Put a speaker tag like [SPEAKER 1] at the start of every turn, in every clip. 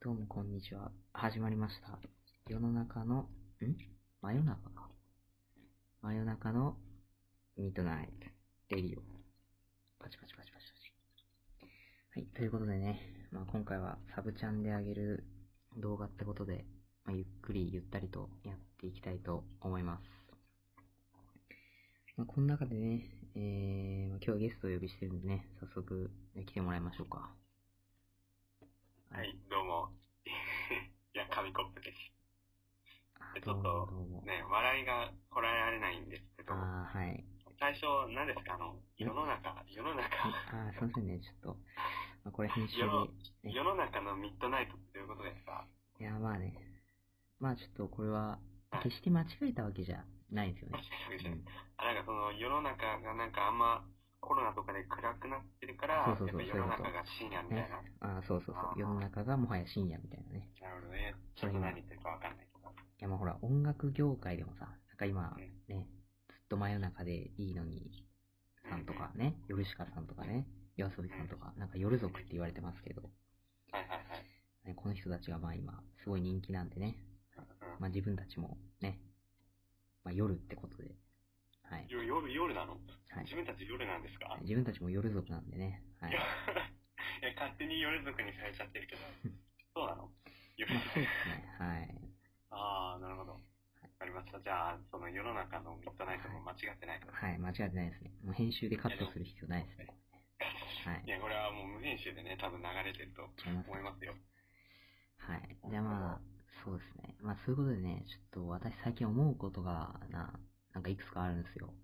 [SPEAKER 1] どうもこんにちは。始まりました。世の中の、ん真夜中か。真夜中のミッドナイト。レディオ。パチパチパチパチパチ。はい、ということでね、まあ、今回はサブチャンであげる動画ってことで、まあ、ゆっくりゆったりとやっていきたいと思います。まあ、この中でね、えー、まあ今日はゲストをお呼びしてるんでね、早速、ね来てもらいましょうか。
[SPEAKER 2] はい、どうも。 いや、紙コップです。
[SPEAKER 1] あ。
[SPEAKER 2] えちょっと
[SPEAKER 1] どうもどうも。
[SPEAKER 2] ね、笑いがこらえられないんですけど、
[SPEAKER 1] ああ、はい。
[SPEAKER 2] 最初、何ですか、あの、世の中、世の中、
[SPEAKER 1] ああ、すいませんね、ちょっと。まあ、これ編集
[SPEAKER 2] いやもう
[SPEAKER 1] で。ね
[SPEAKER 2] 世の中のミッドナイトということですか
[SPEAKER 1] いや、まあね。まあちょっとこれは、決して間違えたわけじゃないですよね。うん
[SPEAKER 2] あ、なんかその、世の中がなんかあんま、コロナとかで暗くなってるから、
[SPEAKER 1] そうそうそう
[SPEAKER 2] やっぱ世の中が深夜みたいな。
[SPEAKER 1] ああ、そうそうそう。世の中がもはや深夜みたいなね。
[SPEAKER 2] なるほどね。ちょっと何言ってるかわかんないけど。
[SPEAKER 1] いや、まあほら、音楽業界でもさ、なんか今
[SPEAKER 2] うん、
[SPEAKER 1] ね、ずっと真夜中でいいのにさんとかね、夜しかさんとかね、夜遊びさんとか、なんか夜族って言われてますけど、
[SPEAKER 2] はいはいはい。
[SPEAKER 1] ね、この人たちがまあ今、すごい人気なんでね、
[SPEAKER 2] うん
[SPEAKER 1] まあ自分たちもね、まあ夜ってことで、はい。
[SPEAKER 2] よ夜、夜なの
[SPEAKER 1] はい
[SPEAKER 2] 自。分たち夜なんですか
[SPEAKER 1] 自分たちも夜族なんでね。はい
[SPEAKER 2] い。や、いや勝手に夜族にされちゃってるけど、そうなの夜
[SPEAKER 1] まあ、そう
[SPEAKER 2] 族
[SPEAKER 1] で。すね。はい。
[SPEAKER 2] ああ、なるほど。わかりました。じゃあ、その世の中のミッドナイトも間違ってないから。
[SPEAKER 1] はい、間違ってないですね。もう編集でカットする必要ないですね。はい
[SPEAKER 2] い。や、これはもう無編集でね、多分流れてると
[SPEAKER 1] 違います。
[SPEAKER 2] 思いますよ。
[SPEAKER 1] はい。じゃあまあ、そうですね。まあ、そういうことでね、ちょっと私最近思うことが、な、なんかいくつかあるんですよ。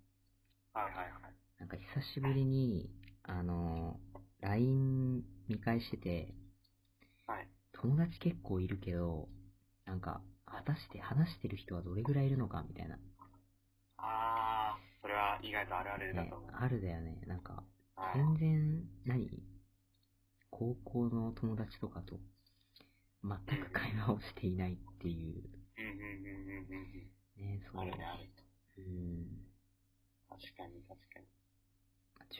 [SPEAKER 2] はいはいはい。
[SPEAKER 1] なんか久しぶりに、あの、LINE 見返してて、
[SPEAKER 2] はい。
[SPEAKER 1] 友達結構いるけど、なんか、果たして話してる人はどれぐらいいるのかみたいな。
[SPEAKER 2] ああ、それは意外とあるあるだ
[SPEAKER 1] ね
[SPEAKER 2] と思う。、
[SPEAKER 1] あるだよね。なんか、
[SPEAKER 2] はい。
[SPEAKER 1] 全然何、高校の友達とかと、全く会話をしていないってい
[SPEAKER 2] うんうんうんうんうん
[SPEAKER 1] う、ね、そうう。
[SPEAKER 2] ん。あるね、ある。
[SPEAKER 1] うん。
[SPEAKER 2] 確かに確かに。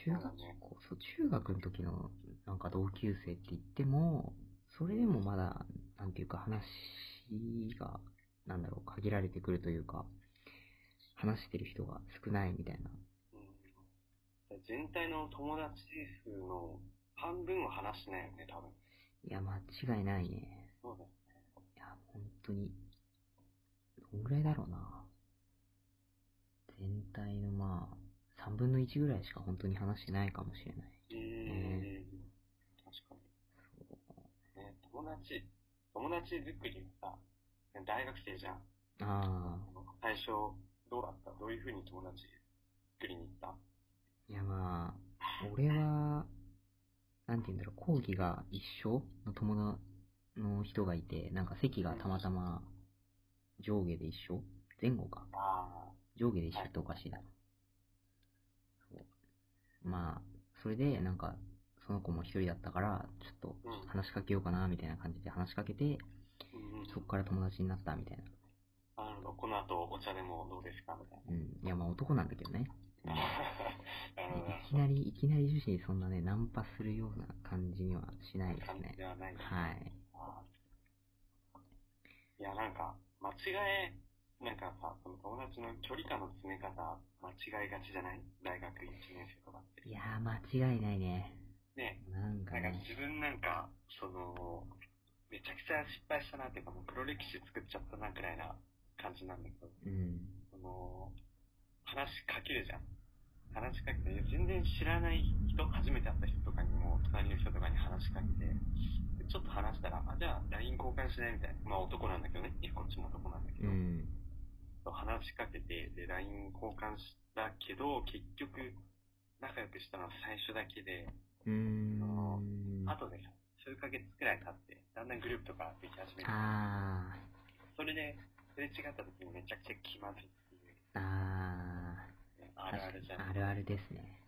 [SPEAKER 1] 中学校、そう、中学の時の、なんか同級生って言っても、それでもまだ、なんていうか話が、なんだろう、限られてくるというか、話してる人が少ないみたいな。
[SPEAKER 2] うん、全体の友達数の半分を話してないよね、多分。
[SPEAKER 1] いや、間違いないね。
[SPEAKER 2] そうだよ。
[SPEAKER 1] いや、本当に、どんぐらいだろうな。全体のまあ、3分の1ぐらいしか本当に話してないかもしれない。
[SPEAKER 2] うー
[SPEAKER 1] ね
[SPEAKER 2] ん。確かに。ね、友達、友達作りはさ、大学生じゃん。
[SPEAKER 1] あ
[SPEAKER 2] 最初、どうだったどういうふうに友達作りに行った
[SPEAKER 1] あ、いやまあ、俺は、なんて言うんだろう、講義が一緒の友達の人がいて、なんか席がたまたま上下で一緒前後か。
[SPEAKER 2] あ
[SPEAKER 1] 上下で一緒っておかしいな。そうまあ、それで、なんか、その子も一人だったから、ちょっ
[SPEAKER 2] あ、うん
[SPEAKER 1] と。話しかけようかな、みたいな感じで話しかけて、
[SPEAKER 2] うんうん
[SPEAKER 1] そこから友達になった、みたいな。
[SPEAKER 2] なるほど。この後、お茶でもどうですかみたい
[SPEAKER 1] うん。いや、まあ男なんだけどね。うん
[SPEAKER 2] な。なるほど。
[SPEAKER 1] いきなり、いきなり女子にそんなね、ナンパするような感じにはしないです
[SPEAKER 2] 感じ
[SPEAKER 1] ね。
[SPEAKER 2] ではない。
[SPEAKER 1] はい。
[SPEAKER 2] あーいや、なんか、間違え、なんかさ、その友達の距離感の詰め方、間違いがちじゃない大学1年生とかって。
[SPEAKER 1] いやー、間違いないね。
[SPEAKER 2] ね、
[SPEAKER 1] なんか
[SPEAKER 2] なんか
[SPEAKER 1] ね、
[SPEAKER 2] 自分なんか、その、めちゃくちゃ失敗したなっていうか、もう黒歴史作っちゃったなくらいな感じなんだけど、
[SPEAKER 1] うん。
[SPEAKER 2] その、話しかけるじゃん。話しかけて、全然知らない人、初めて会った人とかにも、隣の人とかに話しかけて、でちょっと話したら、あ、じゃあ LINE 交換しないみたいな。まあ男なんだけどね。いや、こっちも男なんだけ
[SPEAKER 1] う
[SPEAKER 2] ど。
[SPEAKER 1] ん。
[SPEAKER 2] 話しかけて、で、LINE 交換したけど、結局、仲良くしたのは最初だけで、
[SPEAKER 1] うーん。
[SPEAKER 2] あとで数ヶ月くらい経って、だんだんグループとかでき始めて、
[SPEAKER 1] あー。
[SPEAKER 2] それで、すれ違った時にめちゃくちゃ気まずいっていう、
[SPEAKER 1] あ
[SPEAKER 2] ね
[SPEAKER 1] ー
[SPEAKER 2] あるあるじゃん。
[SPEAKER 1] あるあるですね。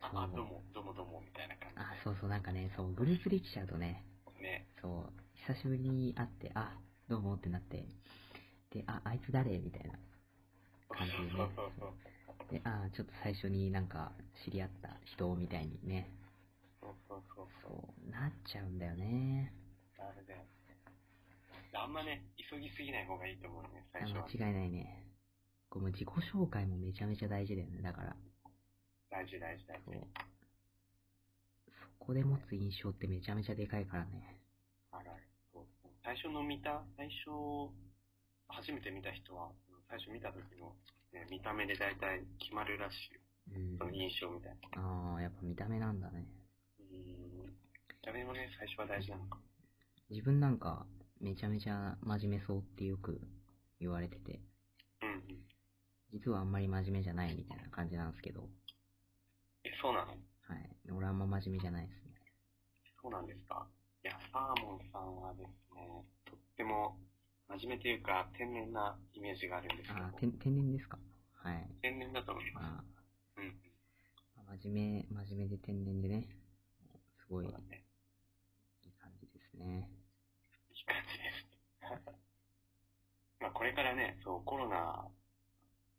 [SPEAKER 2] あ、あどうも、どうもどうも、みたいな感
[SPEAKER 1] あ、そうそう、なんかね、そう、グループできちゃうとね、
[SPEAKER 2] じ。ね。
[SPEAKER 1] そう、久しぶりに会って、あ、どうもってなって、で、あ、あいつ誰みたいな。
[SPEAKER 2] そう
[SPEAKER 1] 感じね
[SPEAKER 2] そうそうそう。
[SPEAKER 1] で、あ、ちょっと最初になんか知り合った人みたいにね、
[SPEAKER 2] そうそうそうそう。
[SPEAKER 1] そう、なっちゃうんだよね。
[SPEAKER 2] あれだよ。あんまね、急ぎすぎない方がいいと思うね、最
[SPEAKER 1] あ
[SPEAKER 2] 初
[SPEAKER 1] 間
[SPEAKER 2] は。
[SPEAKER 1] 違いないね。この自己紹介もめちゃめちゃ大事だよね。だから、
[SPEAKER 2] 大事、大事、大
[SPEAKER 1] そう
[SPEAKER 2] 事。。
[SPEAKER 1] そこで持つ印象ってめちゃめちゃでかいからね。
[SPEAKER 2] あるある。そう最初の見た、最初、初めて見た人は、最初見た時の、ね、見た目で大体決まるらしいよ。
[SPEAKER 1] うん
[SPEAKER 2] そ。の印象みたいな。
[SPEAKER 1] ああ、やっぱ見た目なんだね。
[SPEAKER 2] うん。見た目もね、最初は大事なのか。
[SPEAKER 1] 自分なんか、めちゃめちゃ真面目そうってよく言われてて、
[SPEAKER 2] うんうん。
[SPEAKER 1] 実はあんまり真面目じゃないみたいな感じなんですけど、
[SPEAKER 2] え、そうなの
[SPEAKER 1] はい。俺あんま真面目じゃないですね。
[SPEAKER 2] そうなんですか。いや、サーモンさんはですね、とっても真面目というか、天然なイメージがあるんですけ
[SPEAKER 1] ああ、
[SPEAKER 2] ど、
[SPEAKER 1] 天天然ですかはい。
[SPEAKER 2] 天然だと思います。
[SPEAKER 1] あ
[SPEAKER 2] うん。
[SPEAKER 1] あ、真面目、真面目で天然でね、すごいいいう
[SPEAKER 2] そだね。
[SPEAKER 1] 感じですね。
[SPEAKER 2] いい感じです。 まあ、これからね、そう、コロナ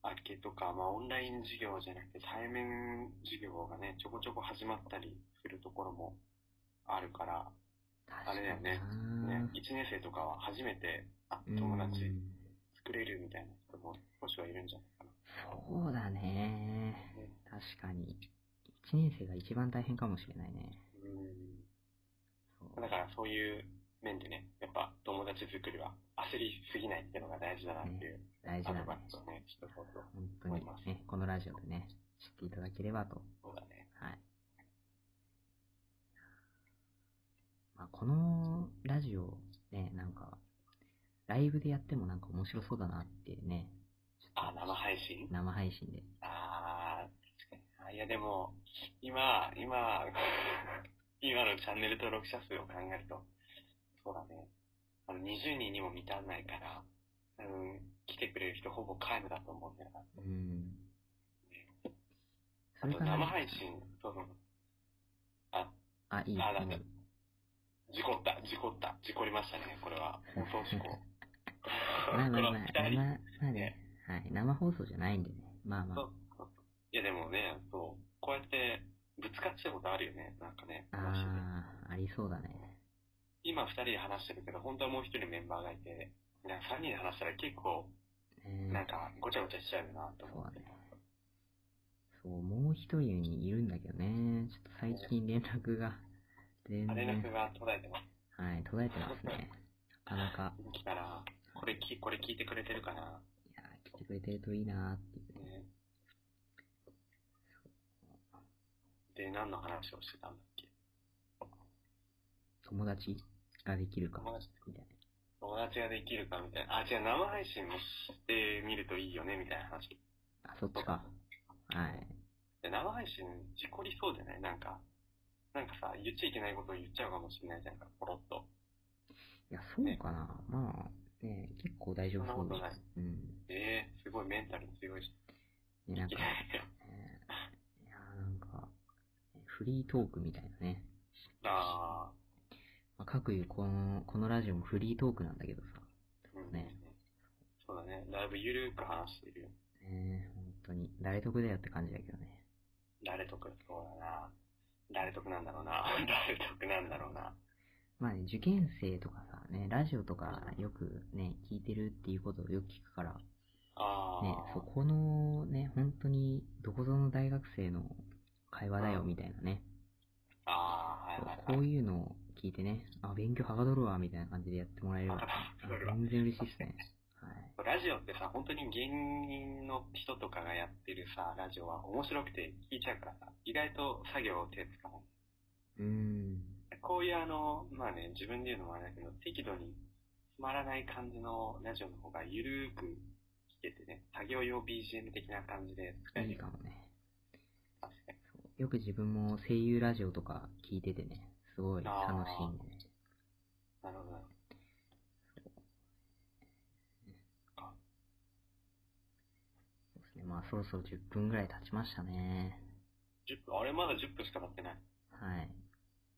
[SPEAKER 2] 明けとか、まあ、オンライン授業じゃなくて、対面授業がね、ちょこちょこ始まったりするところもあるから、
[SPEAKER 1] 確
[SPEAKER 2] あれだよね
[SPEAKER 1] かにな
[SPEAKER 2] ね、1年生とかは初めてあ
[SPEAKER 1] うん
[SPEAKER 2] 友達作れるみたいな人も少しはいるんじゃないかな。
[SPEAKER 1] そうだね。
[SPEAKER 2] ね
[SPEAKER 1] 確かに。1年生が一番大変かもしれないね。
[SPEAKER 2] うん
[SPEAKER 1] そう
[SPEAKER 2] だからそういう面でね、やっぱ友達作りは焦りすぎないっていうのが大事だなっていう
[SPEAKER 1] 大事
[SPEAKER 2] ア
[SPEAKER 1] だ
[SPEAKER 2] ド
[SPEAKER 1] ね。
[SPEAKER 2] バイスをね、一言。
[SPEAKER 1] 本当にね、このラジオでね、知っていただければと。
[SPEAKER 2] そうだね。
[SPEAKER 1] はい。まあ、このラジオ、ね、なんか、ライブでやってもなんか面白そうだなってね、ちょ
[SPEAKER 2] あ、
[SPEAKER 1] っ
[SPEAKER 2] 生配信
[SPEAKER 1] と生配信で。
[SPEAKER 2] あーあ、いやでも、今、今、 今のチャンネル登録者数を考えると、そうだね。あの、20人にも満たないから、うん、来てくれる人ほぼ皆無だと思うんだよな。
[SPEAKER 1] うん。そ
[SPEAKER 2] あ
[SPEAKER 1] れ
[SPEAKER 2] と
[SPEAKER 1] から、
[SPEAKER 2] 生配信、そうそう。あ、
[SPEAKER 1] あ、いい、いい
[SPEAKER 2] あだね事故った、事故った、事故りましたね、これは。放送事故。
[SPEAKER 1] まあまあ
[SPEAKER 2] この
[SPEAKER 1] まあ、
[SPEAKER 2] 二
[SPEAKER 1] 生、
[SPEAKER 2] 人。
[SPEAKER 1] まあね、はい、生放送じゃないんでね。まあま
[SPEAKER 2] そ
[SPEAKER 1] あ
[SPEAKER 2] う、そうそういやでもね、そう、こうやってぶつかっちゃうことあるよね、なんかね。話してて
[SPEAKER 1] ああ、ありそうだね。
[SPEAKER 2] 今二人で話してるけど、本当はもう一人メンバーがいて、なんか三人で話したら結構、な
[SPEAKER 1] ね
[SPEAKER 2] んかごちゃごちゃしちゃうよなと
[SPEAKER 1] そう
[SPEAKER 2] 思っ
[SPEAKER 1] だ
[SPEAKER 2] て
[SPEAKER 1] ね。。そう、もう一人にいるんだけどね。ちょっと最近連絡が、全
[SPEAKER 2] あ連
[SPEAKER 1] 然
[SPEAKER 2] 絡、が途絶えてます。
[SPEAKER 1] はい、途絶えてますね。なかなか、
[SPEAKER 2] 来たら、これき、これ聞いてくれてるかな、
[SPEAKER 1] いやー、来てくれてるといいなーっていうね。
[SPEAKER 2] ね、で、何の話をしてたんだっけ
[SPEAKER 1] 友達ができるか
[SPEAKER 2] 友、達
[SPEAKER 1] みたいな。
[SPEAKER 2] 友達ができるかみたいな。あ、違う、生配信もしてみるといいよね、みたいな話。
[SPEAKER 1] あ、そっちか。はい。
[SPEAKER 2] で生配信、事故りそうじゃないなんか、なんかさ、言っちゃいけないことを言っちゃうかもしれないじゃんか、ポロっと。
[SPEAKER 1] いや、そうかな。まあ、ね、結構大丈夫そう
[SPEAKER 2] そん
[SPEAKER 1] だ
[SPEAKER 2] なこ
[SPEAKER 1] し。うん。
[SPEAKER 2] えー、すごいメンタル強いし。
[SPEAKER 1] で、なんか、ねいやーなんか、フリートークみたいなね。
[SPEAKER 2] あ
[SPEAKER 1] まあ、各有この、このラジオもフリートークなんだけどさ。
[SPEAKER 2] あ、うん、
[SPEAKER 1] ね
[SPEAKER 2] そうだね。だいぶゆるく話してるよ。
[SPEAKER 1] ねえ、本当に。誰得だよって感じだけどね。
[SPEAKER 2] 誰得そうだな。誰得なんだろうな。 誰得なんだろうな。
[SPEAKER 1] まあね、受験生とかさ、ね、ラジオとかよくね、聞いてるっていうことをよく聞くから、ね、
[SPEAKER 2] ああ、
[SPEAKER 1] そこのね、本当にどこぞの大学生の会話だよ
[SPEAKER 2] うん
[SPEAKER 1] みたいなね、
[SPEAKER 2] ああ、はいはいはい。
[SPEAKER 1] こういうのを聞いてね、あ、勉強はかどるわみたいな感じでやってもらえれば、
[SPEAKER 2] それは
[SPEAKER 1] 全然嬉しいですね。はい。
[SPEAKER 2] ラジオってさ、本当に芸人の人とかがやってるさ、ラジオは面白くて聞いちゃうからさ、意外と作業を手つかないう
[SPEAKER 1] ーん。
[SPEAKER 2] こういうあの、まあね、自分で言うのもあれだけど、適度につまらない感じのラジオの方がゆるーく聞けてね、作業用 BGM 的な感じで使え
[SPEAKER 1] いい
[SPEAKER 2] る
[SPEAKER 1] かもね。
[SPEAKER 2] 感じで。
[SPEAKER 1] そうよく自分も声優ラジオとか聞いててね、すごい楽しいんでね。
[SPEAKER 2] なるほどな。
[SPEAKER 1] そうですね。まあそろそろ10分ぐらい経ちましたね。
[SPEAKER 2] 10分、あれまだ10分しか経ってない。
[SPEAKER 1] はい。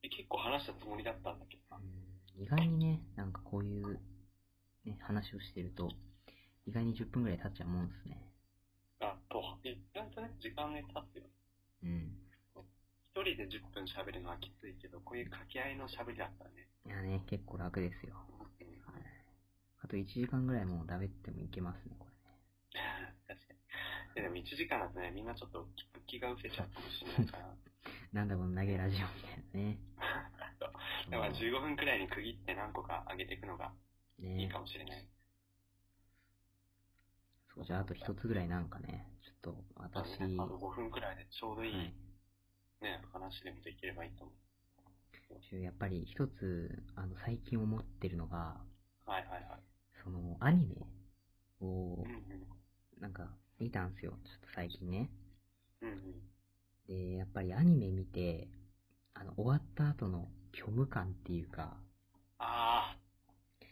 [SPEAKER 2] え結構話したつもりだったんだけどな。
[SPEAKER 1] うん意外にね、なんかこういう、ね、話をしてると、意外に10分ぐらい経っちゃうもんですね。
[SPEAKER 2] あ、と、意外とね、時間ね、経つよ。
[SPEAKER 1] うん。
[SPEAKER 2] 一一人で10分喋るのはきついけど、こういう掛け合いの喋りだったらね。
[SPEAKER 1] いやね、結構楽ですよ。
[SPEAKER 2] うん
[SPEAKER 1] はい。あと1時間ぐらいもうだべってもいけますね、これね。
[SPEAKER 2] 確かに。ででも1時間だとね、みんなちょっと気が失せちゃうかもしれないから。
[SPEAKER 1] なんだこの投げラジオみたいな ね。
[SPEAKER 2] だから15分くらいに区切って何個か上げていくのが
[SPEAKER 1] うん
[SPEAKER 2] いい
[SPEAKER 1] ね
[SPEAKER 2] かもしれない。
[SPEAKER 1] そう、じゃああと一つぐらいなんかね、ちょっと
[SPEAKER 2] あと
[SPEAKER 1] 私、
[SPEAKER 2] ね、あと5分くらいでちょうどいい、
[SPEAKER 1] はい
[SPEAKER 2] ね、話でもできればいいと思
[SPEAKER 1] ちょやっぱり一つ、あの、最近思ってるのが、
[SPEAKER 2] う。はいはいはい。
[SPEAKER 1] その、アニメを
[SPEAKER 2] うん、
[SPEAKER 1] なんか、見たんすよ。ちょっと最近ね。
[SPEAKER 2] うん。うんうん。
[SPEAKER 1] で、やっぱりアニメ見て、あの、終わった後の虚無感っていうか、
[SPEAKER 2] あ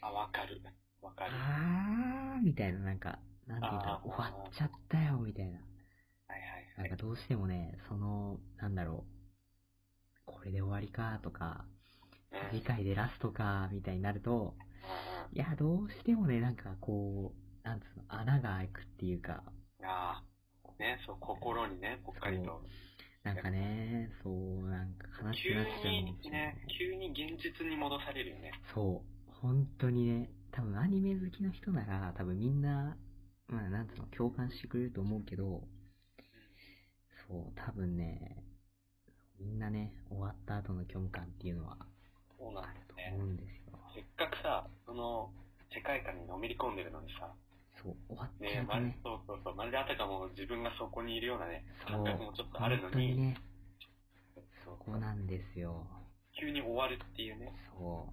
[SPEAKER 2] あ。あ、わかる。わかる。はい
[SPEAKER 1] あー、みたいな、なんか、なんていうか
[SPEAKER 2] あ、ー
[SPEAKER 1] 終わっちゃったよ、みたいな。な
[SPEAKER 2] は
[SPEAKER 1] ん
[SPEAKER 2] いは
[SPEAKER 1] か
[SPEAKER 2] い。
[SPEAKER 1] どうしてもね、その、なんだろう、これで終わりか、とか、
[SPEAKER 2] うん
[SPEAKER 1] 次回でラストか、みたいになると、
[SPEAKER 2] うん
[SPEAKER 1] いや、どうしてもね、なんかこう、なんつうの、穴が開くっていうか、
[SPEAKER 2] うん。ああ。ね、そう、心にね、ぽっかりと。
[SPEAKER 1] なんかね、そう、なんか悲しく
[SPEAKER 2] 急
[SPEAKER 1] なっちゃうんです
[SPEAKER 2] に
[SPEAKER 1] よ
[SPEAKER 2] ね、急に現実に戻されるよね。
[SPEAKER 1] そう、本当にね、多分アニメ好きの人なら、多分みんな、まあ、なんつうの、共感してくれると思うけど、そう、多分ね、みんなね、終わった後の虚無感っていうのは、
[SPEAKER 2] そう
[SPEAKER 1] あ
[SPEAKER 2] なん
[SPEAKER 1] る
[SPEAKER 2] だ
[SPEAKER 1] と
[SPEAKER 2] よね。
[SPEAKER 1] 思うんですよ。
[SPEAKER 2] せっかくさ、その、世界観にのめり込んでるのにさ、
[SPEAKER 1] そう、終わっちゃ
[SPEAKER 2] ね
[SPEAKER 1] う
[SPEAKER 2] ま
[SPEAKER 1] と
[SPEAKER 2] る
[SPEAKER 1] ね、
[SPEAKER 2] そうそうそう、まるであたかも自分がそこにいるようなね、
[SPEAKER 1] そう
[SPEAKER 2] 感覚もちょっとあるの
[SPEAKER 1] 本当に
[SPEAKER 2] に、
[SPEAKER 1] ね、
[SPEAKER 2] そ
[SPEAKER 1] そうこなんですよ。
[SPEAKER 2] 急に終わるっていうね。
[SPEAKER 1] そ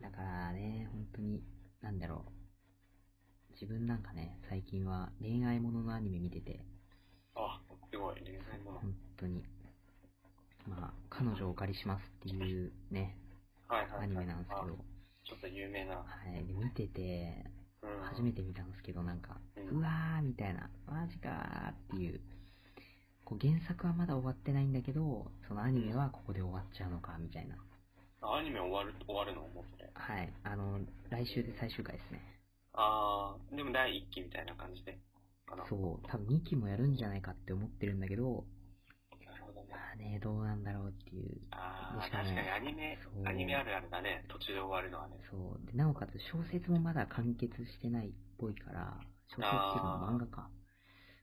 [SPEAKER 1] う。だからね、本当に、なんだろう。自分なんかね、最近は恋愛もののアニメ見てて、
[SPEAKER 2] あ、すごい、恋愛もの。
[SPEAKER 1] 本当に、まあ、彼女をお借りしますっていうね、
[SPEAKER 2] はいはい、はい。
[SPEAKER 1] アニメなんですけ
[SPEAKER 2] あ
[SPEAKER 1] ど、
[SPEAKER 2] ちょっと有名な。
[SPEAKER 1] はい、で見てて、
[SPEAKER 2] うん。
[SPEAKER 1] 初めて見たんですけど、なんか、
[SPEAKER 2] うん
[SPEAKER 1] うわーみたいな、マジかーっていう、こう原作はまだ終わってないんだけど、そのアニメはここで終わっちゃうのか、みたいな。
[SPEAKER 2] あアニメ終わる、終わるの思って。
[SPEAKER 1] はい、あの、来週で最終回ですね。
[SPEAKER 2] あー、でも第一期みたいな感じで。かな。
[SPEAKER 1] そう、多分2期もやるんじゃないかって思ってるんだけど、
[SPEAKER 2] なるほどね
[SPEAKER 1] ま。あね、どうなんだろうっていう。
[SPEAKER 2] あ
[SPEAKER 1] も
[SPEAKER 2] ー、
[SPEAKER 1] しか
[SPEAKER 2] 確
[SPEAKER 1] ね
[SPEAKER 2] かにアニメ
[SPEAKER 1] そう、
[SPEAKER 2] アニメあるあるだね。途中で終わるのはね。
[SPEAKER 1] そう。で、なおかつ小説もまだ完結してないっぽいから、小説っていうか
[SPEAKER 2] あー
[SPEAKER 1] 漫画か。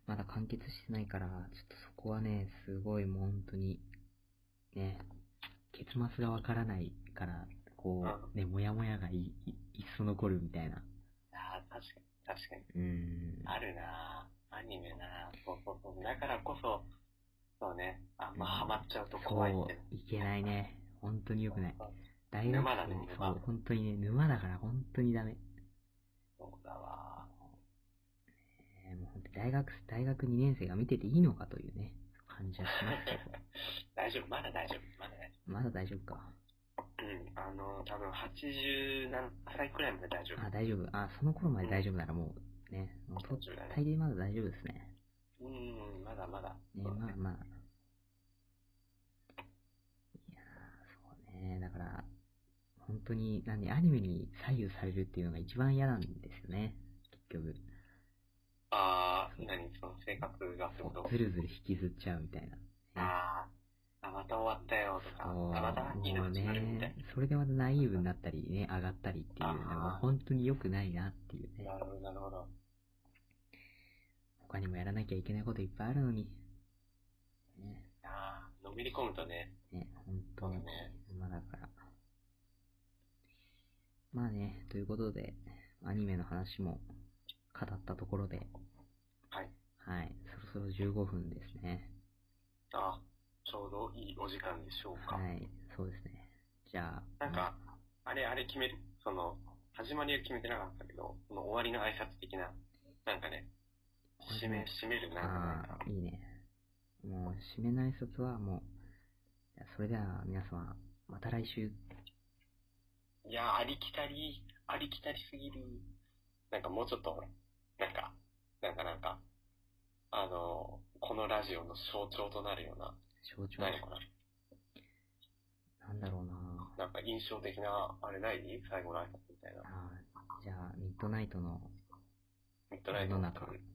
[SPEAKER 1] まだ完結してないから、ちょっとそこはね、すごいもう本当に、ね、結末がわからないから、こう、ね、もやもやがいいい一層残るみたいな。
[SPEAKER 2] あー、確かに、確かに。
[SPEAKER 1] うーん。
[SPEAKER 2] あるなぁ。アニメなぁ。そうそうそう。だからこそ、そうね。あんまハマっちゃうと
[SPEAKER 1] そ
[SPEAKER 2] 怖いって。
[SPEAKER 1] う、いけないね。本当に良くない。大学
[SPEAKER 2] 沼だね
[SPEAKER 1] 生、
[SPEAKER 2] 沼
[SPEAKER 1] そう、本当にね、沼だから本当にダメ。
[SPEAKER 2] そうだわ
[SPEAKER 1] えーもう本当に大学、大学2年生が見てていいのかというね、感じはしますけ ど。
[SPEAKER 2] 大丈夫、まだ大丈夫、まだ大丈
[SPEAKER 1] まだ大丈夫か。
[SPEAKER 2] 夫。うん、あの、多分80何歳くらいまで大丈
[SPEAKER 1] あ、大丈夫。あ、その頃まで大丈夫ならもう、ね、もう
[SPEAKER 2] 夫。途中だね。
[SPEAKER 1] 大抵まだ大丈夫ですね。
[SPEAKER 2] うん、まだまだ。
[SPEAKER 1] ね、
[SPEAKER 2] そうだ
[SPEAKER 1] ま
[SPEAKER 2] ね
[SPEAKER 1] あまあ。いやー、そうね、だから、本当に、なんで、アニメに左右されるっていうのが一番嫌なんですよね。結局。
[SPEAKER 2] あー、何その生活がってこと
[SPEAKER 1] ずるずる引きずっちゃうみたいな。
[SPEAKER 2] あー、あ、また終わったよとか、あ、
[SPEAKER 1] そう
[SPEAKER 2] またいいの始まるみたい
[SPEAKER 1] もうねそれでまたナイーブになったりね、上がったりっていうの
[SPEAKER 2] あー
[SPEAKER 1] は本当に良くないなっていうね
[SPEAKER 2] な。。なるほど、なるほど。
[SPEAKER 1] 他にもやらなきゃいけないこといっぱいあるのに。ね、
[SPEAKER 2] あー、のめり込むとね、
[SPEAKER 1] ね、本当に
[SPEAKER 2] そうだね。
[SPEAKER 1] まあだから。まあね、ということで、アニメの話も語ったところで、
[SPEAKER 2] はい。
[SPEAKER 1] はい、そろそろ15分ですね。
[SPEAKER 2] あー、ちょうどいいお時間でしょうか。
[SPEAKER 1] はい、そうですね。じゃあ、
[SPEAKER 2] なんか、あれ、あれ決める、その、始まりは決めてなかったけど、その終わりの挨拶的な、なんかね、締め、締めるなんかなん
[SPEAKER 1] あ
[SPEAKER 2] か、
[SPEAKER 1] あ、いいね。もう、締めの挨拶はもう、いやそれでは皆様、また来週。
[SPEAKER 2] いやー、ありきたり、ありきたりすぎる。なんかもうちょっとほら、なんか、なんかなんか、あのー、このラジオの象徴となるような、
[SPEAKER 1] 象徴。
[SPEAKER 2] 何かな、
[SPEAKER 1] なんだろうな
[SPEAKER 2] なんか印象的な、あれない最後の挨拶みたいな。
[SPEAKER 1] ああ、じゃあ、ミッドナイトの、
[SPEAKER 2] ミッドナイト
[SPEAKER 1] 世の中
[SPEAKER 2] うん